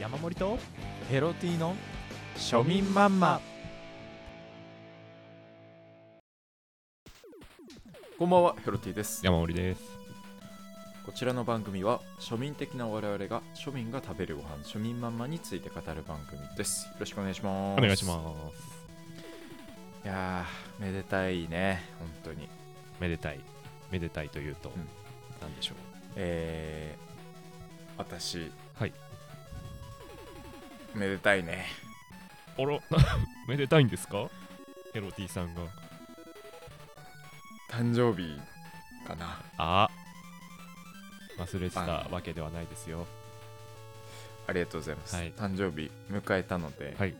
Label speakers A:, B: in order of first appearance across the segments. A: 山盛りとヘロティの庶民マンマ
B: こんばんは、ヘロティです。
C: 山盛りです。
B: こちらの番組は庶民的な我々が庶民が食べるご飯、庶民マンマについて語る番組です。よろしくお願いします。
C: お願いします。
B: す。いやー、めでたいね、本当に。
C: めでたい。めでたいというと、
B: ん
C: なんでしょう。
B: えー、私、
C: はい。
B: めでたいね。
C: あら、 めでたいんですかヘロティさんが。
B: 誕生日かな。
C: あ忘れて
B: あ
C: たわけではないですよ。
B: ありがとうございます。
C: はい
B: 誕生日迎えたので、
C: はい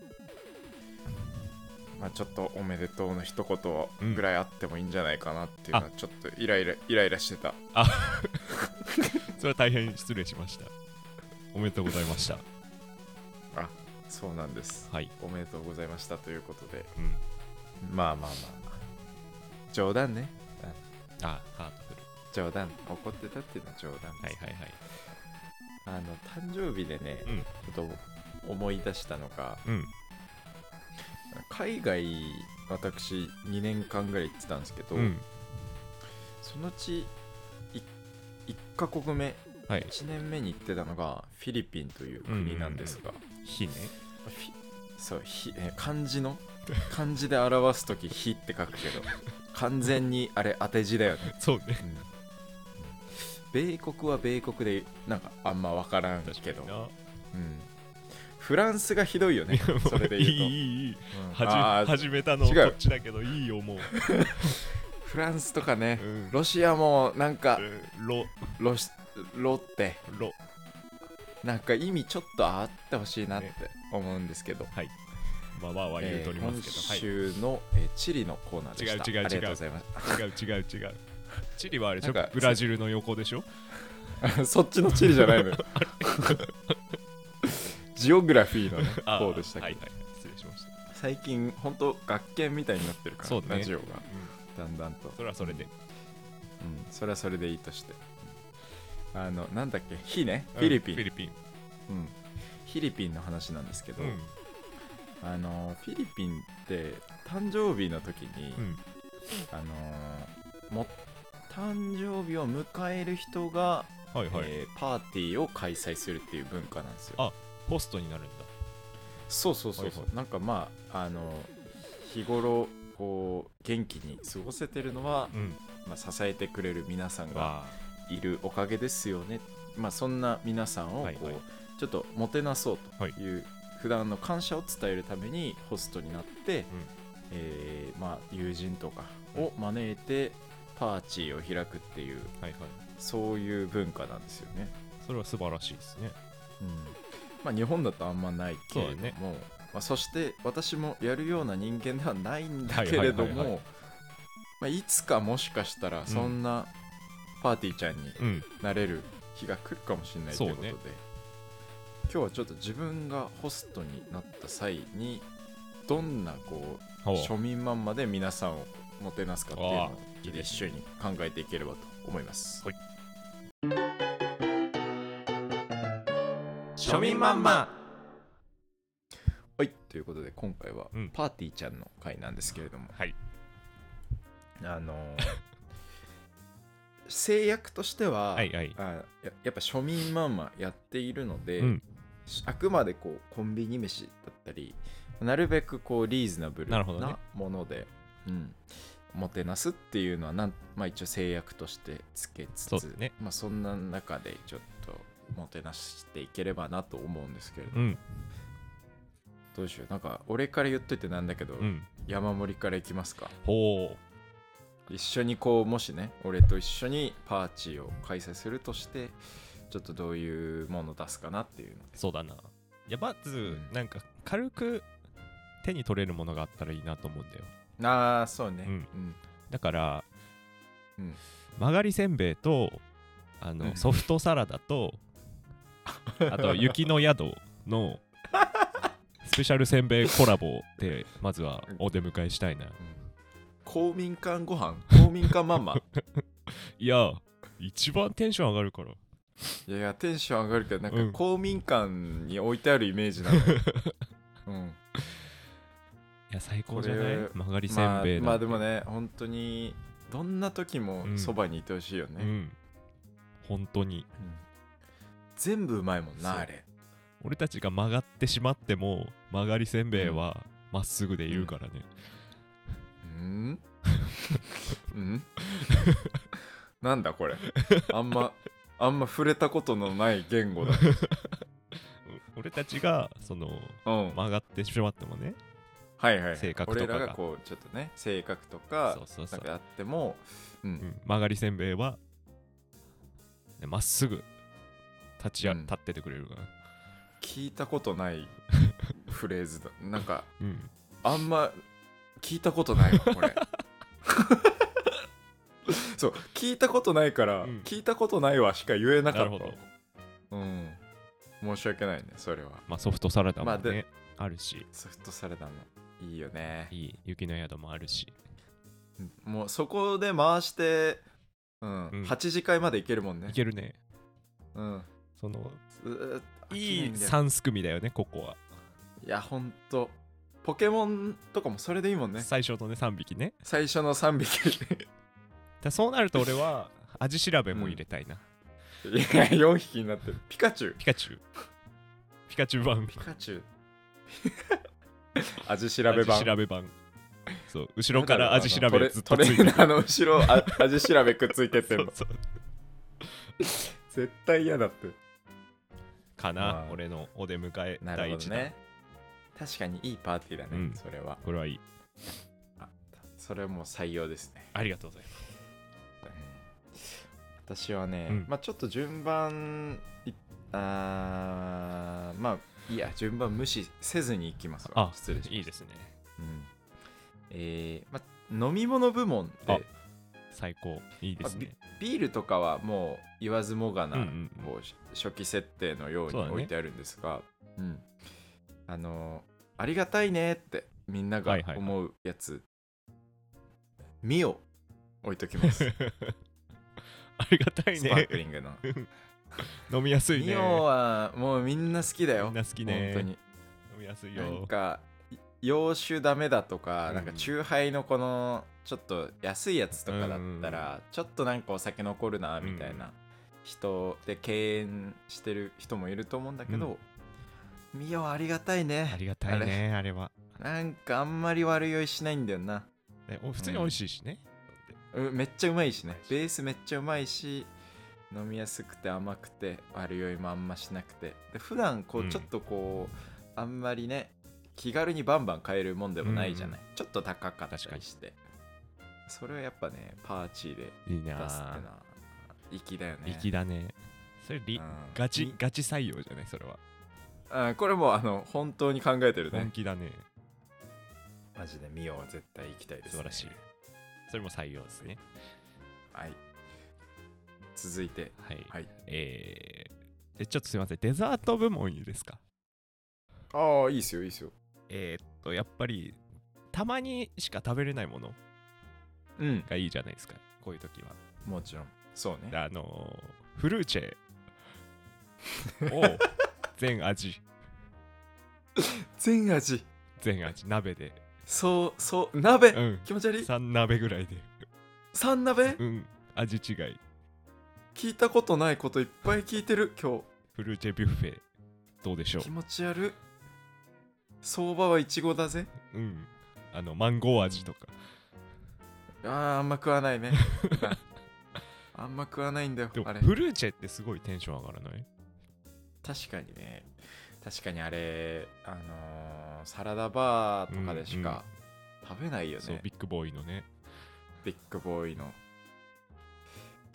B: まあ、ちょっとおめでとうの一言ぐらいあってもいいんじゃないかなっていうのは、
C: あ
B: ちょっとイライライライラしてた。
C: それは大変失礼しました。おめでとうございました。
B: そうなんです。
C: はい。
B: おめでとうございましたということで、
C: うん。
B: まあまあまあ。冗談ね。
C: あ、ハートフル。
B: 冗談。怒ってたっていうのは冗談です。
C: はいはいはい。
B: あの、誕生日でね、
C: うん
B: ちょっと思い出したのが、
C: うん。
B: 海外、私2年間ぐらい行ってたんですけど、
C: うん。
B: そのうち1カ国目、
C: はい。
B: 1年目に行ってたのがフィリピンという国なんですが、
C: 火ね。
B: フィそうひえ漢字の 漢字で表す時「ひ」って書くけど完全にあれ当て字だよね、
C: そうね。
B: 米国は米国でなんかあんま分からん
C: 確
B: け
C: か
B: ど
C: に、な。
B: うん、フランスがひどいよ ねそれで
C: い
B: 言うと
C: いいいいい。
B: うん
C: はじ
B: あー
C: 始めたの
B: 違
C: こ
B: う
C: っちだけどいいよもう。
B: フランスとかね
C: うん
B: ロシアもなんか
C: うんロ
B: ロシロって
C: ロ
B: なんか意味ちょっとあってほしいなって思うんですけど、
C: はい。まあまあは言う
B: え
C: とおり
B: ー
C: ま
B: 今
C: すけど、はい。
B: 週の、えーチリのコーナーでした
C: 違う違う違う
B: ありがとうございました
C: 違う違う違う。チリはあれでしょ
B: なんか
C: ブラジルの横でしょ
B: そっちの地理じゃないのよ。 ジオグラフィーのね、
C: あー
B: 方でした
C: は
B: け
C: い
B: ど、
C: はい。失礼しました。
B: 最近、本当学研みたいになってるから、
C: そうね
B: ラジオが、
C: う
B: だんだんと
C: ん、。それはそれで。
B: うん、それはそれでいいとして。あの、なんだっけ、火ね、
C: うん
B: フィリピン。
C: フィリピン。
B: うんフィリピンの話なんですけど、
C: うん。
B: あのフィリピンって誕生日の時に、
C: うん。
B: あのも誕生日を迎える人が、
C: はいはい。
B: えーパーティーを開催するっていう文化なんですよ
C: ホストになるんだ。
B: そうそうそうそう、
C: はいは
B: なんかまああの日頃こう元気に過ごせてるのは、
C: うん。
B: まあ、支えてくれる皆さんが
C: わあ。
B: いるおかげですよね、まあ、そんな皆さんをこう、
C: はいはい
B: ちょっともてなそうと
C: はい
B: いう、普段の感謝を伝えるためにホストになって、えーまあ、友人とかを招いてパーティーを開くっていう
C: はいはい。
B: そういう文化なんですよね。
C: それは素晴らしいですね。
B: うんまあ、日本だとあんまないけれども
C: そう
B: そ,、
C: だね
B: まあ、そして私もやるような人間ではないんだけれど
C: はいはいはいは
B: もまあいつかもしかしたらそんなパーティーちゃんに
C: うん。
B: なれる日が来るかもしれないと
C: そう
B: いう
C: ね
B: ことで、今日はちょっと自分がホストになった際にどんなこう
C: ほう
B: 庶民マンマで皆さんをもてなすかっていうの
C: あ
B: を
C: ーいい
B: 一
C: です
B: 緒に考えていければと思います。
C: はい
A: 庶民マンマ
B: はい、ということで今回は
C: うん
B: パーティーちゃんの回なんですけれども、
C: はい。
B: あのー 制約としては、
C: はいはい。
B: あややっぱ庶民マンマやっているので、
C: うん。
B: しあくまでこうコンビニ飯だったりなるべくこうリーズナブルな
C: なるほどね
B: もので、うん、もてなすっていうのはなん、まあ、一応制約としてつけつ
C: そう
B: つ
C: ですね
B: まあ、そんな中でちょっともてなしていければなと思うんですけれど、
C: うん。
B: どうしようなんか俺から言っといてなんだけど、
C: うん。
B: 山盛りからいきますか
C: ほう。
B: 一緒にこうもしね俺と一緒にパーチーを開催するとしてちょっとどういうもの出すかなっていうの
C: そうだな。いや、まず、
B: ん
C: なんか軽く手に取れるものがあったらいいなと思うんだよ。
B: でああそうね
C: うん
B: うん
C: だから、
B: うん
C: 曲がりせんべいとあの、
B: うん
C: ソフトサラ ダとあと雪の宿のスペシャルせんべいコラボでまずはお出迎えしたいな
B: 公民 館ご飯公民館ママ
C: いや一番テンション上がるから
B: いやいやテンション上がるけどなん
C: うん
B: か公民館に置いてあるイメージ なのよ、うん
C: いや最高じゃない
B: これ
C: 曲がりせ
B: ま
C: ん
B: あ
C: べいだ、
B: まあでもね本当にどんな時も
C: うん
B: そばにいてほしいよね、
C: うん本当
B: う
C: に
B: ん全部うまいもん
C: そ
B: な
C: う
B: あれ
C: 俺たちが曲がってしまっても曲がりせんべいはまっすぐで言うからね、
B: うん うんなんだこれあんまあんま触れたことのない言 語だ、
C: う俺たちがその
B: うん、
C: 曲がってしまってもね
B: はいはい
C: 性格とかが
B: 俺らがこうちょっとね性格とか
C: そうそうそ
B: なん
C: う
B: か、あってもうん
C: うん、曲がりせんべいはねまっすぐ立ちあ、
B: うん
C: 立っててくれるから
B: 聞いたことないフレーズだなんか
C: うん
B: あんま聞いたことないわこれ そう聞いたことないから、
C: うん
B: 聞いたことないわしか言えな
C: な
B: か
C: る
B: っ
C: ほど
B: たうん申し訳ないねそれは
C: まあソフトサラダも
B: まあ
C: ね、
B: で
C: あるし
B: ソフトサラダもいいよね
C: いい雪の宿もあるし
B: うんもうそこで回してうん、
C: うん
B: 8次会までいけるもんね
C: いけるね
B: うん
C: その
B: ずーっと飽き
C: い
B: ないんだよ
C: 三すくみだよねここは、
B: いやほんとポケモンとかもそれでいいもんね
C: 最初のね3匹ね
B: 最初の3匹
C: だそうなると俺 は味調べも入れたいな、
B: いや4匹になってるピカチュウ
C: ピカチュウピカチュウ版
B: ピカチュウ 味調べ版
C: 味調べ版そう後ろから味調
B: ト
C: べ
B: レ
C: ずっ
B: ト
C: とつ
B: レー
C: いて
B: ナーの後ろあ味調べくっついてってん
C: る
B: の
C: そうそう
B: 絶対嫌だって
C: か
B: ま
C: な
B: あ
C: 俺のお出迎え
B: な
C: 第
B: るほ
C: 一
B: ど
C: 弾、
B: ね確かにいいパーティーだね、
C: うん
B: それは
C: これはいい
B: それはもう採用ですね
C: ありがとうございます
B: 私はね、
C: うん
B: まあちょっと順番いあーまあいいや順番無視せずにいきますわ
C: あ
B: 失礼しました
C: いいですね
B: うんえーまあ飲み物部門
C: あ
B: で
C: 最高いいですね
B: ビールとかはもう言わずもがな、
C: うんうん
B: もう初期設定のように
C: そうだね
B: 置いてあるんですがう、ん、あのーありがたいねってみんな
C: は
B: が
C: いはいはい
B: 思うやつ、ミオ置いときます
C: ありがたい
B: スパー
C: ね
B: クリン グの、
C: 飲みやすい
B: ミ
C: ね
B: オはもうみんな好きだよ
C: みんな好きね
B: 本当に
C: 飲みやすい
B: なん
C: よ
B: かい洋酒ダメだとか、
C: うん
B: なんか酎ハイのこのちょっと安いやつとかだったら、ちょっとなんかお酒残るなみたいな人で敬遠してる人もいると思うんだけど、ミオありがたい
C: あ
B: ね
C: りがたいねあれは
B: なんかあんまり悪酔いしないんだよな
C: ねお普通に美味しいしね、
B: うんめっちゃうまいしねベースめっちゃうまいし飲みやすくて甘くて悪酔いもあんましなくてで普段こ
C: う
B: うんちょっとこう、あんまりね気軽にバンバン買えるもんでもないじゃない、ちょっと高かった
C: 確か
B: り
C: に
B: してそれをやっぱねパーチーで
C: い
B: 出すっ
C: い
B: てのは
C: な
B: 粋だよね
C: 粋だねそれり、
B: うん
C: ガチ
B: に
C: ガチ採用じゃないそれは
B: あこれもうあの本当に考えてる
C: 本
B: ね
C: 気だね
B: マジでミオは絶対行きたいです、
C: 素晴らしいそれも採用ですね
B: はい続いて
C: はい、
B: はい
C: えー、えちょっとすいませんデザート部門いいですか
B: ああいいっすよいいっすよ
C: えー、っとやっぱりたまにしか食べれないもの
B: うん
C: がいいじゃないですかこういう時は
B: もちろんそうね
C: あのー、フルーチ ェを全味
B: 全味
C: 全味鍋で
B: そうそう鍋、
C: うん
B: 気持ち悪い
C: 3鍋ぐらいで
B: 三鍋
C: うん味違い
B: 聞いたことないこといっぱい聞いてる今
C: フルーチェビュッフェどうでしょ
B: 日気持ち悪い相場はイチゴだぜ
C: ううんあのマンゴー味とか
B: あーあんま食わない ねあんま食わないんだよ
C: でも
B: あれ
C: フルーチェってすごいテンション上がらない
B: 確かにね確かにあれあのーサラダバーとかでしか食べないよね、
C: そうビッグボーイのね
B: ビッグボーイの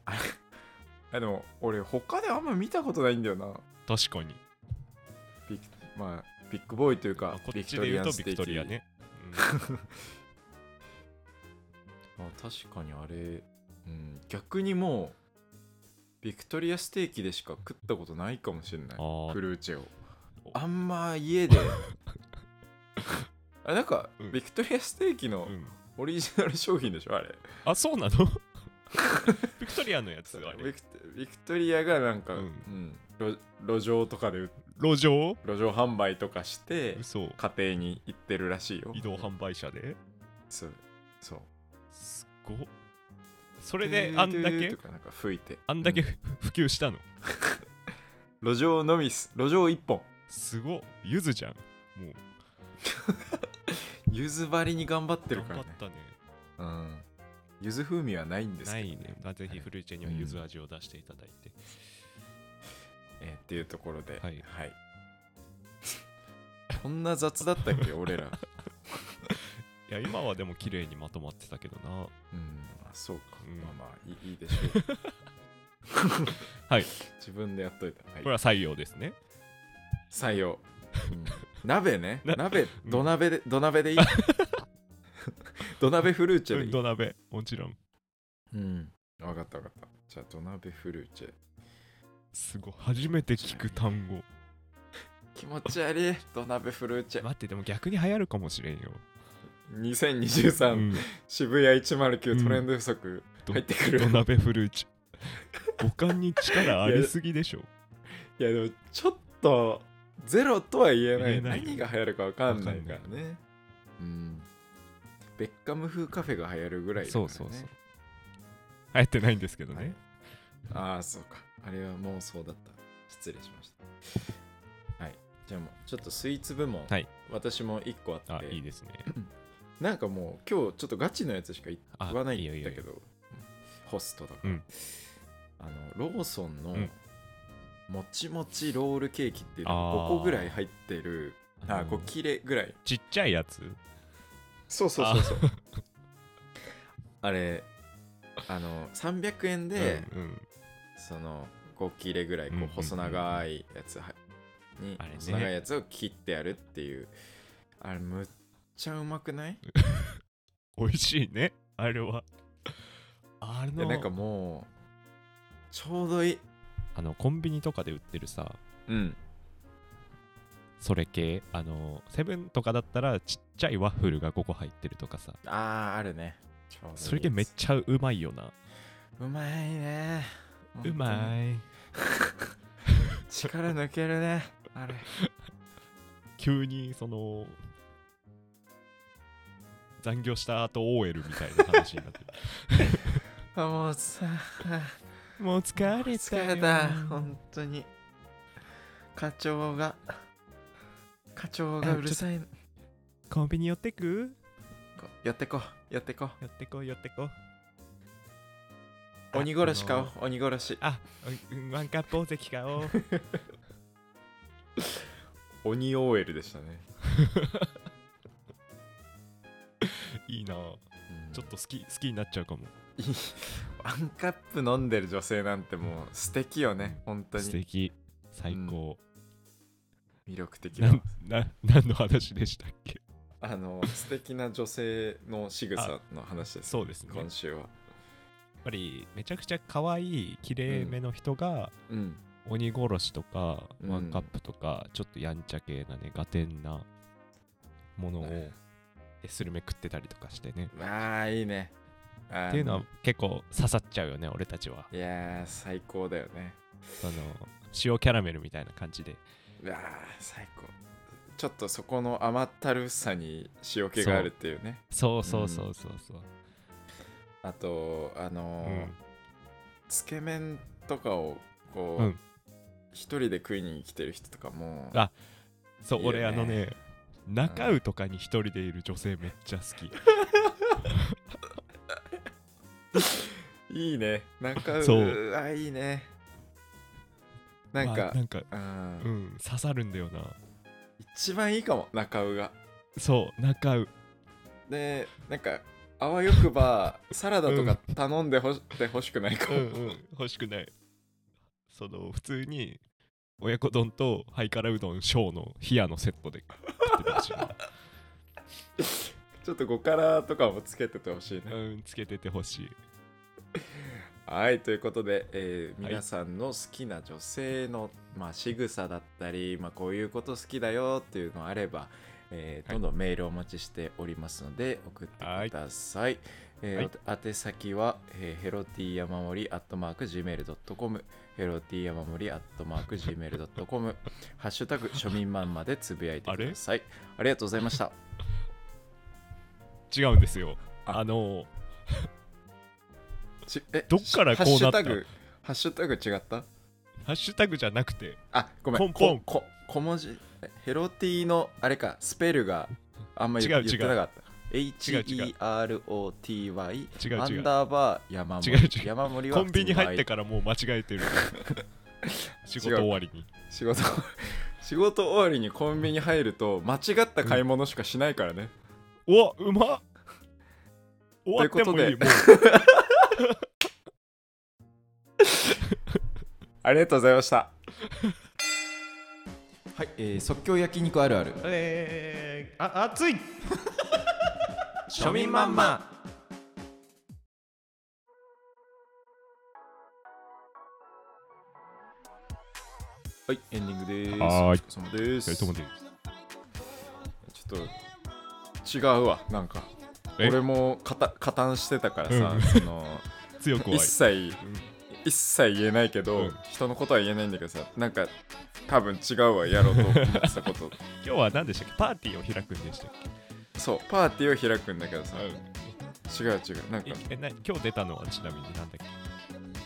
B: あれ あでも俺他であんま見たことないんだよな
C: 確かに
B: ビッグまあビッグボーイという
C: ま
B: か
C: あこっちで言うとビクトリアね、うん
B: あ確かにあれ、うん、逆にもうビクトリアステーキでしか食ったことないかもしれない
C: あ
B: フ
C: ー
B: ルーチェを
C: お
B: あんま家 であなんか、
C: うん
B: ビクトリアステーキの
C: うん
B: オリジナル商品でしょあれ
C: あそうなのビクトリアのやつあ
B: ビ
C: れ
B: クトビクトリアがなんか、
C: う
B: うんん路路上とかで売っ
C: 路上
B: 路上販売とかして
C: 嘘
B: 家庭に行ってるらしいよ
C: 移動販売車で
B: そうそう
C: すっごそれであんだけ
B: とかなんか吹いて
C: あんだけ
B: う
C: ふ普及したの
B: 路上のみっす路上一本
C: すごっゆずじゃんもう
B: ゆずばりに頑張ってる
C: 頑
B: から
C: 張っ
B: ね
C: たね
B: うんゆず風味はないんです
C: な
B: けど
C: いねまあぜひフルーチェにはゆず味を出していただいて
B: えーっていうところで
C: はい
B: はい、 こんな雑だったっけ 俺ら
C: いや今はでも綺麗にまとまってたけどな
B: うんあそうか、
C: うん
B: まあまあいいいいでしょう
C: はい
B: 自分でやっといた、はい
C: これは採用ですね
B: 採 用、鍋ね
C: な
B: 鍋
C: うん
B: 土鍋で土鍋 でいい土鍋フルーチェでいい、
C: 土鍋もちろん
B: うん、分かった分かったじゃあ土鍋フルーチェ
C: すごい初めて聞く単語
B: 気持ち悪い土鍋フルーチェ
C: 待ってでも逆に流行るかもしれんよ、
B: 2023、
C: うん
B: 渋谷109トレンド予測、
C: ど
B: 入ってくる
C: 土鍋フルーチェ五感に力ありすぎでしょ
B: いやでもちょっとゼロとは言えない
C: 言えないよ
B: 何が流行るか分かんない
C: わかん
B: か
C: ない
B: らねうんベッカム風カフェが流行るぐらいだから、
C: そう
B: ね、
C: そうそう流行ってないんですけど
B: はい
C: ね、
B: ああ、そうか。あれは妄想だった。失礼しました。はい。じゃあもう、ちょっとスイーツ部門、
C: はい
B: 私も1個あって、
C: あいいですね
B: なんかもう、今日ちょっとガチのやつしか言
C: あ
B: わない
C: いよい
B: ん
C: いよ
B: だ
C: いい
B: け
C: よ
B: ど、ホストだから、
C: うん
B: あの、ローソンの、
C: うん
B: もちもちロールケーキっていうの
C: あ
B: が
C: ー
B: 5個ぐらい入ってる、あ
C: あの
B: 5切れぐらい。
C: ちっちゃいやつ
B: そうそうそうそう。 あれ、あの、300円で、
C: うんうん
B: その5切れぐらいこ
C: うんう
B: う
C: んうん
B: 細長いやつはに
C: あれね
B: 細長いやつを切ってやるっていうあれむっちゃうまくない
C: 美味しいねあれはあ
B: で
C: の
B: なんかもうちょうどいい
C: あのコンビニとかで売ってるさ
B: うん
C: それ系あのセブンとかだったらちっちゃいワッフルが5個入ってるとかさ
B: あーあるねちょうどいいやつ
C: それ系めっちゃうまいよな
B: うまいね
C: うま
B: い
C: い
B: 力抜けるねあれ
C: 急にその残業した後 OL みたいな話になってる
B: あもうさ
C: もう疲れたよ
B: 疲れた本当に課長が課長がうるさい
C: コンビニ寄ってく
B: こやってこやってこ
C: 寄ってこ寄ってこ
B: 鬼殺し買お
C: あ
B: う鬼殺し
C: あのあうんワンカップ大関買おう
B: 鬼 OL でしたね、
C: いいなちょっと好き好きになっちゃうかも
B: ワンカップ飲んでる女性なんてもう素敵よね本当
C: 素
B: に
C: 敵最高、
B: 魅力的
C: な
B: なん
C: な何の話でしたっけ
B: あの素敵な女性の仕草の話です
C: そうですねやっ
B: 今週は
C: ぱりめちゃくちゃ可愛い綺麗めの人が、
B: うん
C: 鬼殺しとか
B: うん
C: ワンカップとか、ちょっとやんちゃ系なねガテンなものを
B: はい
C: えスルメ食ってたりとかしてね
B: まあいいねあ
C: っていうのは結構刺さっちゃうよね俺たちはい
B: やー最高だよね
C: その塩キャラメルみたいな感じで
B: うわー最高ちょっとそこの甘ったるさに塩気があるっていうね
C: そうそうそうそうそう、
B: あとあの
C: う
B: ー
C: ん
B: つけ麺とかをこ
C: う
B: うん一、人で食いに来てる人とかも
C: あそう
B: いいよね
C: 俺あのね中うとかに一人でいる女性めっちゃ好き、
B: いいね。なんか、
C: そう
B: うあ、いいね。なん
C: ま
B: か
C: あ、なんか
B: うん
C: うん刺さるんだよな
B: 一番いいかも、中尾が。
C: そう中う
B: で、なんか、あわよくば、サラダとか頼んでほし,、てほしくないかも。
C: 欲しくないその普通に親子丼とハイカラうどん小の冷やのセットで食っててほし いな
B: ちょっと5辛とかもつけててほしいね。
C: うんつけててほしい
B: はい、ということで、えー
C: はい
B: 皆さんの好きな女性の、まあ、仕草だったり、まあ、こういうこと好きだよっていうのあれば、えー
C: はい
B: どんどんメールをお待ちしておりますので送ってください。え
C: はい
B: ー宛先は、えーヘロティ山盛りアットマーク Gmail.com ヘロティ山盛りアットマーク Gmail.com ハッシュタグ庶民マンまでつぶやいてくださいありがとうございました
C: 違うんですよ
B: あ
C: あの
B: ちえ
C: どっからこうな
B: ハッシュ
C: った
B: タグハッシュタグ違った
C: ハッシュタグじゃなくて
B: あごめん
C: ポンポン
B: ここ小文字えヘロティのあれかスペルがあんまり
C: 違
B: 言
C: う
B: っ
C: 違う
B: てなかった
C: 違う違う
B: HEROTY
C: 違う違う
B: アンダーバー山盛
C: 違う
B: り
C: 違う
B: 山盛りは
C: コンビニ入って
B: 普
C: からもう間違え てる仕事終わりに
B: 通の仕事 仕事終わりにコンビニ入ると間違った買い物しかしないからね、
C: おうまっ終わってもいい
B: という
C: もう
B: ありがとうございました はい、えー即興焼肉あるある
D: えー、あ 熱い
A: 庶民マンマ
B: はいエンディングです
C: はーい
B: お疲れ様です
C: 二人ともで
B: ちょっと違うわなんか
C: え
B: 俺もかた加担してたからさ、
C: うん
B: その
C: 強くはい
B: 一切一切言えないけど、
C: うん
B: 人のことは言えないんだけどさなんか多分違うわやろうと思ってたこと
C: 今日は何でしたっけパーティーを開くんでしたっ
B: そうパーティーを開くんだけどさ、
C: け、
B: 違う違うなんか
C: いえな今日出たのはちなみになんだっけ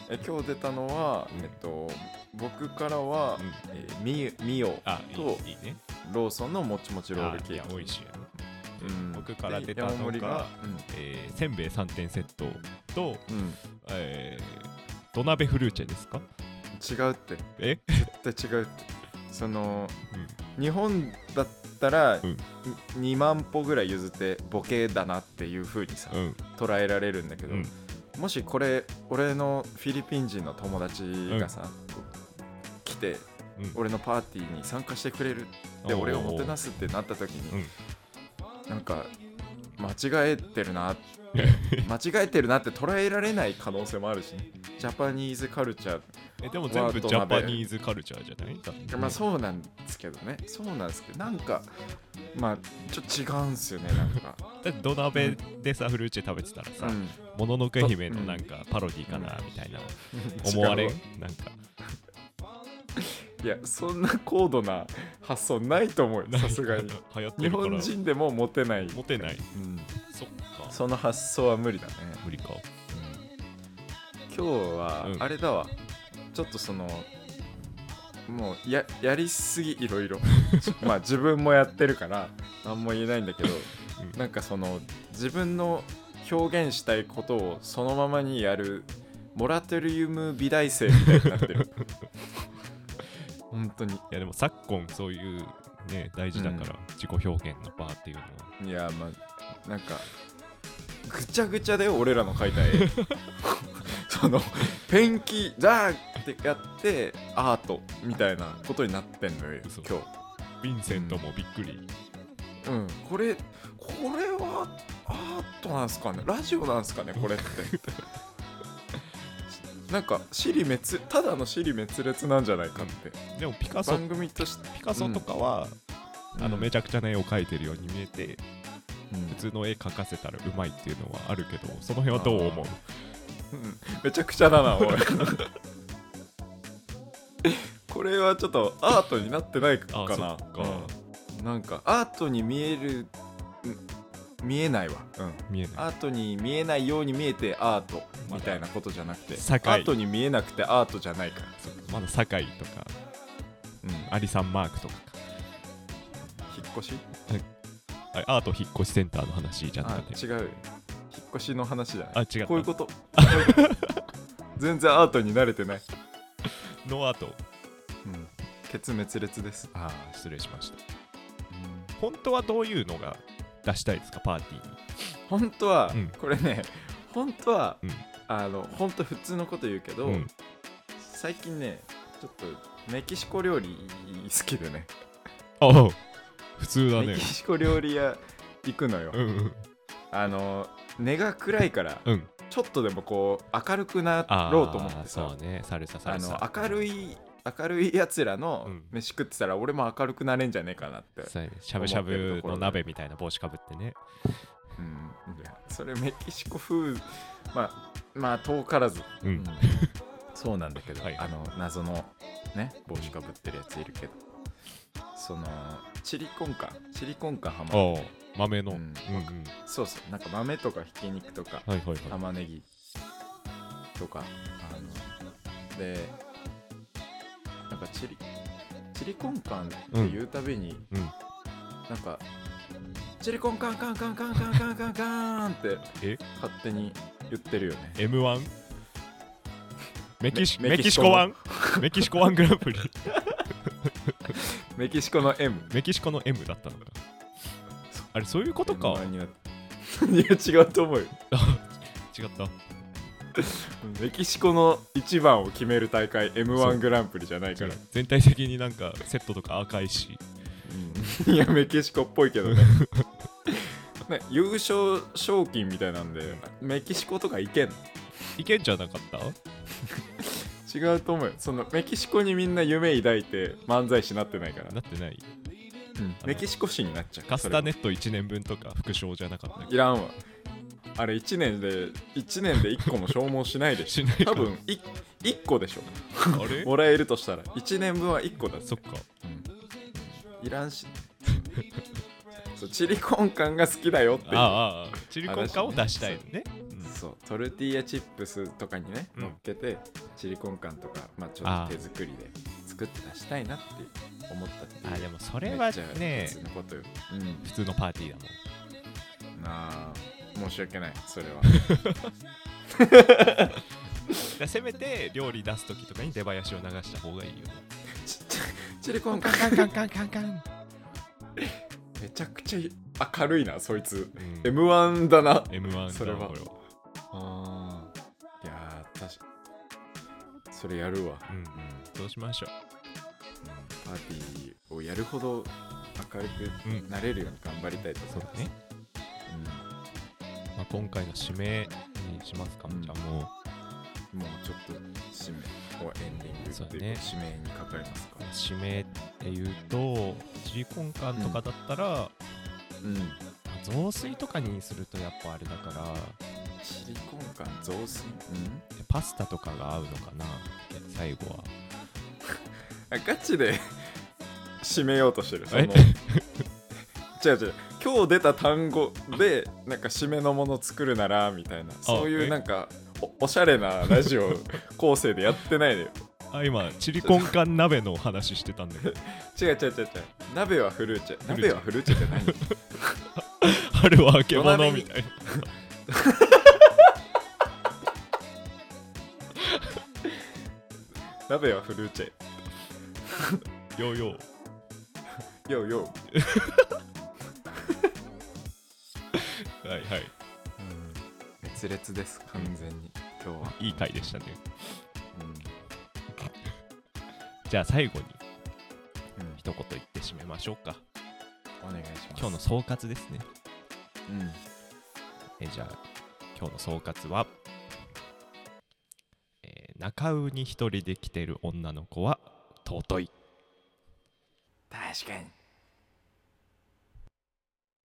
B: え今日出たのは、
C: うん
B: えっと僕からは、
C: うん
B: えーミミオ
C: あ
B: と
C: いいいいね
B: ローソンのもちもちロー
C: あ
B: ルケ
C: い
B: ー
C: や
B: キ
C: 美味しいやろ
B: うん
C: 僕から
B: で
C: 出たのが
B: 山盛り
C: えーせんべい3点セットと、
B: うん、うん、
C: えー、土鍋フルーチェですか
B: 違うって
C: え
B: 絶対違うってその日本だったら、
C: うん
B: に2万歩ぐらい譲ってボケだなっていう風にさ、
C: うん、うん、
B: 捉えられるんだけど、
C: うん
B: もしこれ俺のフィリピン人の友達がさ、来て、
C: うん
B: 俺のパーティーに参加してくれるで
C: おー
B: 俺をもてなすってなった時に、なんか間違えてるなって 間違えてるなって捉えられない可能性もあるし、ね、ジャパニーズカルチャ
C: えでも全
B: わ
C: 部ジャパニーズカルチャーじゃない
B: ーまあそうなんですけどねそうなんですけどなんかまあちょっと違うんすよねなんか、
C: だって土鍋でさフルーチェ食べてたら
B: う
C: さ
B: ん、
C: 「もののけ姫」のなんかパロディかなみたいな思われん
B: 違う
C: なんか
B: いやそんな高度な発想ないと思うよさすがに
C: なんか 流行って
B: 日
C: るから
B: 本人でもモテない、
C: モテない
B: うん
C: そっか
B: その発想は無理だね
C: 無理か
B: 今日は
C: うん
B: あれだわ、ちょっとそのもうややりすぎいろ いろちまあ自分もやってるから何も言えないんだけど、
C: うん
B: なんかその自分の表現したいことをそのままにやるモラトリウム美大生みたいになって る本当に
C: いやでも昨今そういうね大事だから自己表現の場っていうのはい
B: やまあなんかぐちゃぐちゃだよ俺らの描いた 絵そのペンキザーってやってアートみたいなことになってんのよ
C: 嘘
B: 今
C: ヴィンセントもびっくり
B: 日うんこれこれはアートなんすかねラジオなんすかね これってなんか尻滅ただの尻滅裂なんじゃないかって
C: でもピカソ
B: 番組として
C: ピカソとかはあのめ
B: ち
C: ちゃくちゃな絵を描いてるように見えて
B: ゃ、うん
C: 普通の絵描かせたらうまいっていうのはあるけどその辺はどう思う
B: うんめちゃくちゃだな、おい。 これはちょっとアートになってないか
C: あそっ
B: な
C: か。
B: うんなんかアートに見える、うん見えないわ、うん
C: 見えない
B: アートに見えないように見えてアートみたいなことじゃなくて、
C: まだ
B: アートに見えなくてアートじゃないから。
C: そっかまだ堺とか
B: うん
C: アリサンマークとかか
B: 引っ越し
C: あアート引っ越しセンターの話じゃな
B: あ
C: くて
B: 違う。引っ越しの話じゃ
C: あ
B: ない。
C: 違う
B: こういうこと。こういうこと全然アートに慣れてない。
C: ノアート
B: うん、決滅裂です。
C: ああ失礼しました本当はどういうのが出したいですかパーティーに
B: 本当は、
C: うん
B: これね本当は、
C: うん
B: あの本当普通のこと言うけど、
C: うん
B: 最近ねちょっとメキシコ料理好きでね
C: ああ普通だ
B: メ
C: ね
B: キシコ料理屋 行くのよ、
C: うんうん
B: あの根が暗いから、
C: うん
B: ちょっとでもこう明るくな
C: ああ
B: ろうと思ってさ
C: そうねサルササ
B: あ
C: ルサ
B: の明るい明るいやつらの
C: うん
B: 飯食ってたら俺も明るくなれんじゃねえかなって、
C: そうやねしゃぶしゃぶの鍋みたいな帽子かぶってね
B: うん、それメキシコ風まあまあ遠からず、
C: う
B: うん
C: ん、
B: そうなんだけど、
C: はい
B: あの謎のね帽子かぶってるやついるけどそのチリコンカンチリコンカンハマ
C: ああ豆の、
B: う
C: うんんうん
B: そうそうなんか豆とかひき肉とか
C: はいはいはい
B: 玉ねぎとかあのでなんかチリチリコンカンって言うたびに、
C: うん
B: なんかチリコンカンカンカンカンカンカンカンカンって
C: え
B: 勝手に言ってるよね
C: M1 メキシ
B: メメ
C: メキ
B: キ
C: シ
B: シ
C: コ
B: コ
C: ワンメキシコワングランプリ
B: メキシコの M
C: メキシコの M だったのかあれそういうことか
B: M1 になって いや違うと思うよ
C: 違った
B: メキシコの一番を決める大会
C: そ
B: M1
C: う
B: グランプリじゃないから
C: 全体的になんかセットとか赤いし
B: うんいや、メキシコっぽいけどね。 ね優勝賞金みたいなんで、メキシコとか行けんの
C: いけんじゃなかった
B: 違うと思うよ。そのメキシコにみんな夢抱いて漫才師になってないから。
C: なってない
B: うんメキシコ市になっちゃう。
C: カスタネット1年分とか副賞じゃなかったっ
B: それはいらんわ。あれ1年で、1年で1個も消耗しないで
C: け
B: し
C: しない
B: ょ。
C: か
B: 多分い1個でしょ。
C: あれ
B: もらえるとしたら、1年分は1個だ
C: そっか
B: いらんし。 そうチリコン感が好きだよっていう。
C: ああああチリコンカを出したいのね
B: そうトルティーヤチップスとかにね、
C: うん
B: 乗っけてチリコンカンとか、まあ、ちょ
C: あ
B: っ
C: ー
B: と手作りで作って出したいなって思ったっていう
C: あでもそれ
B: め
C: は
B: っちゃ
C: ね
B: 普通のことよ、うん
C: 普通のパーティーだもん
B: なあ申し訳ないそ れは
C: だからせめて料理出す時とかに出囃子を流した方がいいよね
B: ちちチリコンカン
C: カンカンカンカンカン
B: めちゃくちゃ明るいなそいつ
C: うん
B: M1 だな
C: M1
B: それは
C: これは
B: あーいやー確かそれやるわ
C: うんうんそうしましょ
B: パーティーをやるほど明るくなれるように頑張りたいと
C: う
B: 思います、
C: ね、まあ、今回の指名にしますか
B: うん
C: じゃあもう
B: もうちょっと締めをエンディング
C: そう
B: っ
C: だ
B: て
C: ね
B: いうか締めにかかりますか。
C: 指名っていうとシリコン感とかだったら、
B: うん。
C: 雑炊とかにするとやっぱあれだから
B: シリコン感増水。うん。
C: パスタとかが合うのかな最後は
B: あガチで 締めようとしてる。その
C: え
B: 違う違う。今日出た単語でなんか締めのもの作るならみたいなそうい
C: え
B: うなんかおおしゃれなラジオ構成でやってないでよ。
C: あ今チリコン缶鍋のお話してたんだけど
B: 違う違う違う違う。鍋はフルーチェ。鍋はフルーチェじゃない。
C: 春はあけぼ
B: 土
C: の
B: 鍋に
C: みたい な
B: 鍋はフルーチェ。
C: ヨーヨー
B: ようよう。
C: はいはい
B: 熱烈です完全に今日は。
C: いい回でしたね
B: うん
C: じゃあ最後に
B: うん
C: 一言言って締めましょうか
B: お願いします。
C: 今日の総括ですね
B: うん、
C: えーじゃあ今日の総括は、えー中尾に一人で来てる女の子は尊い
B: 確かに。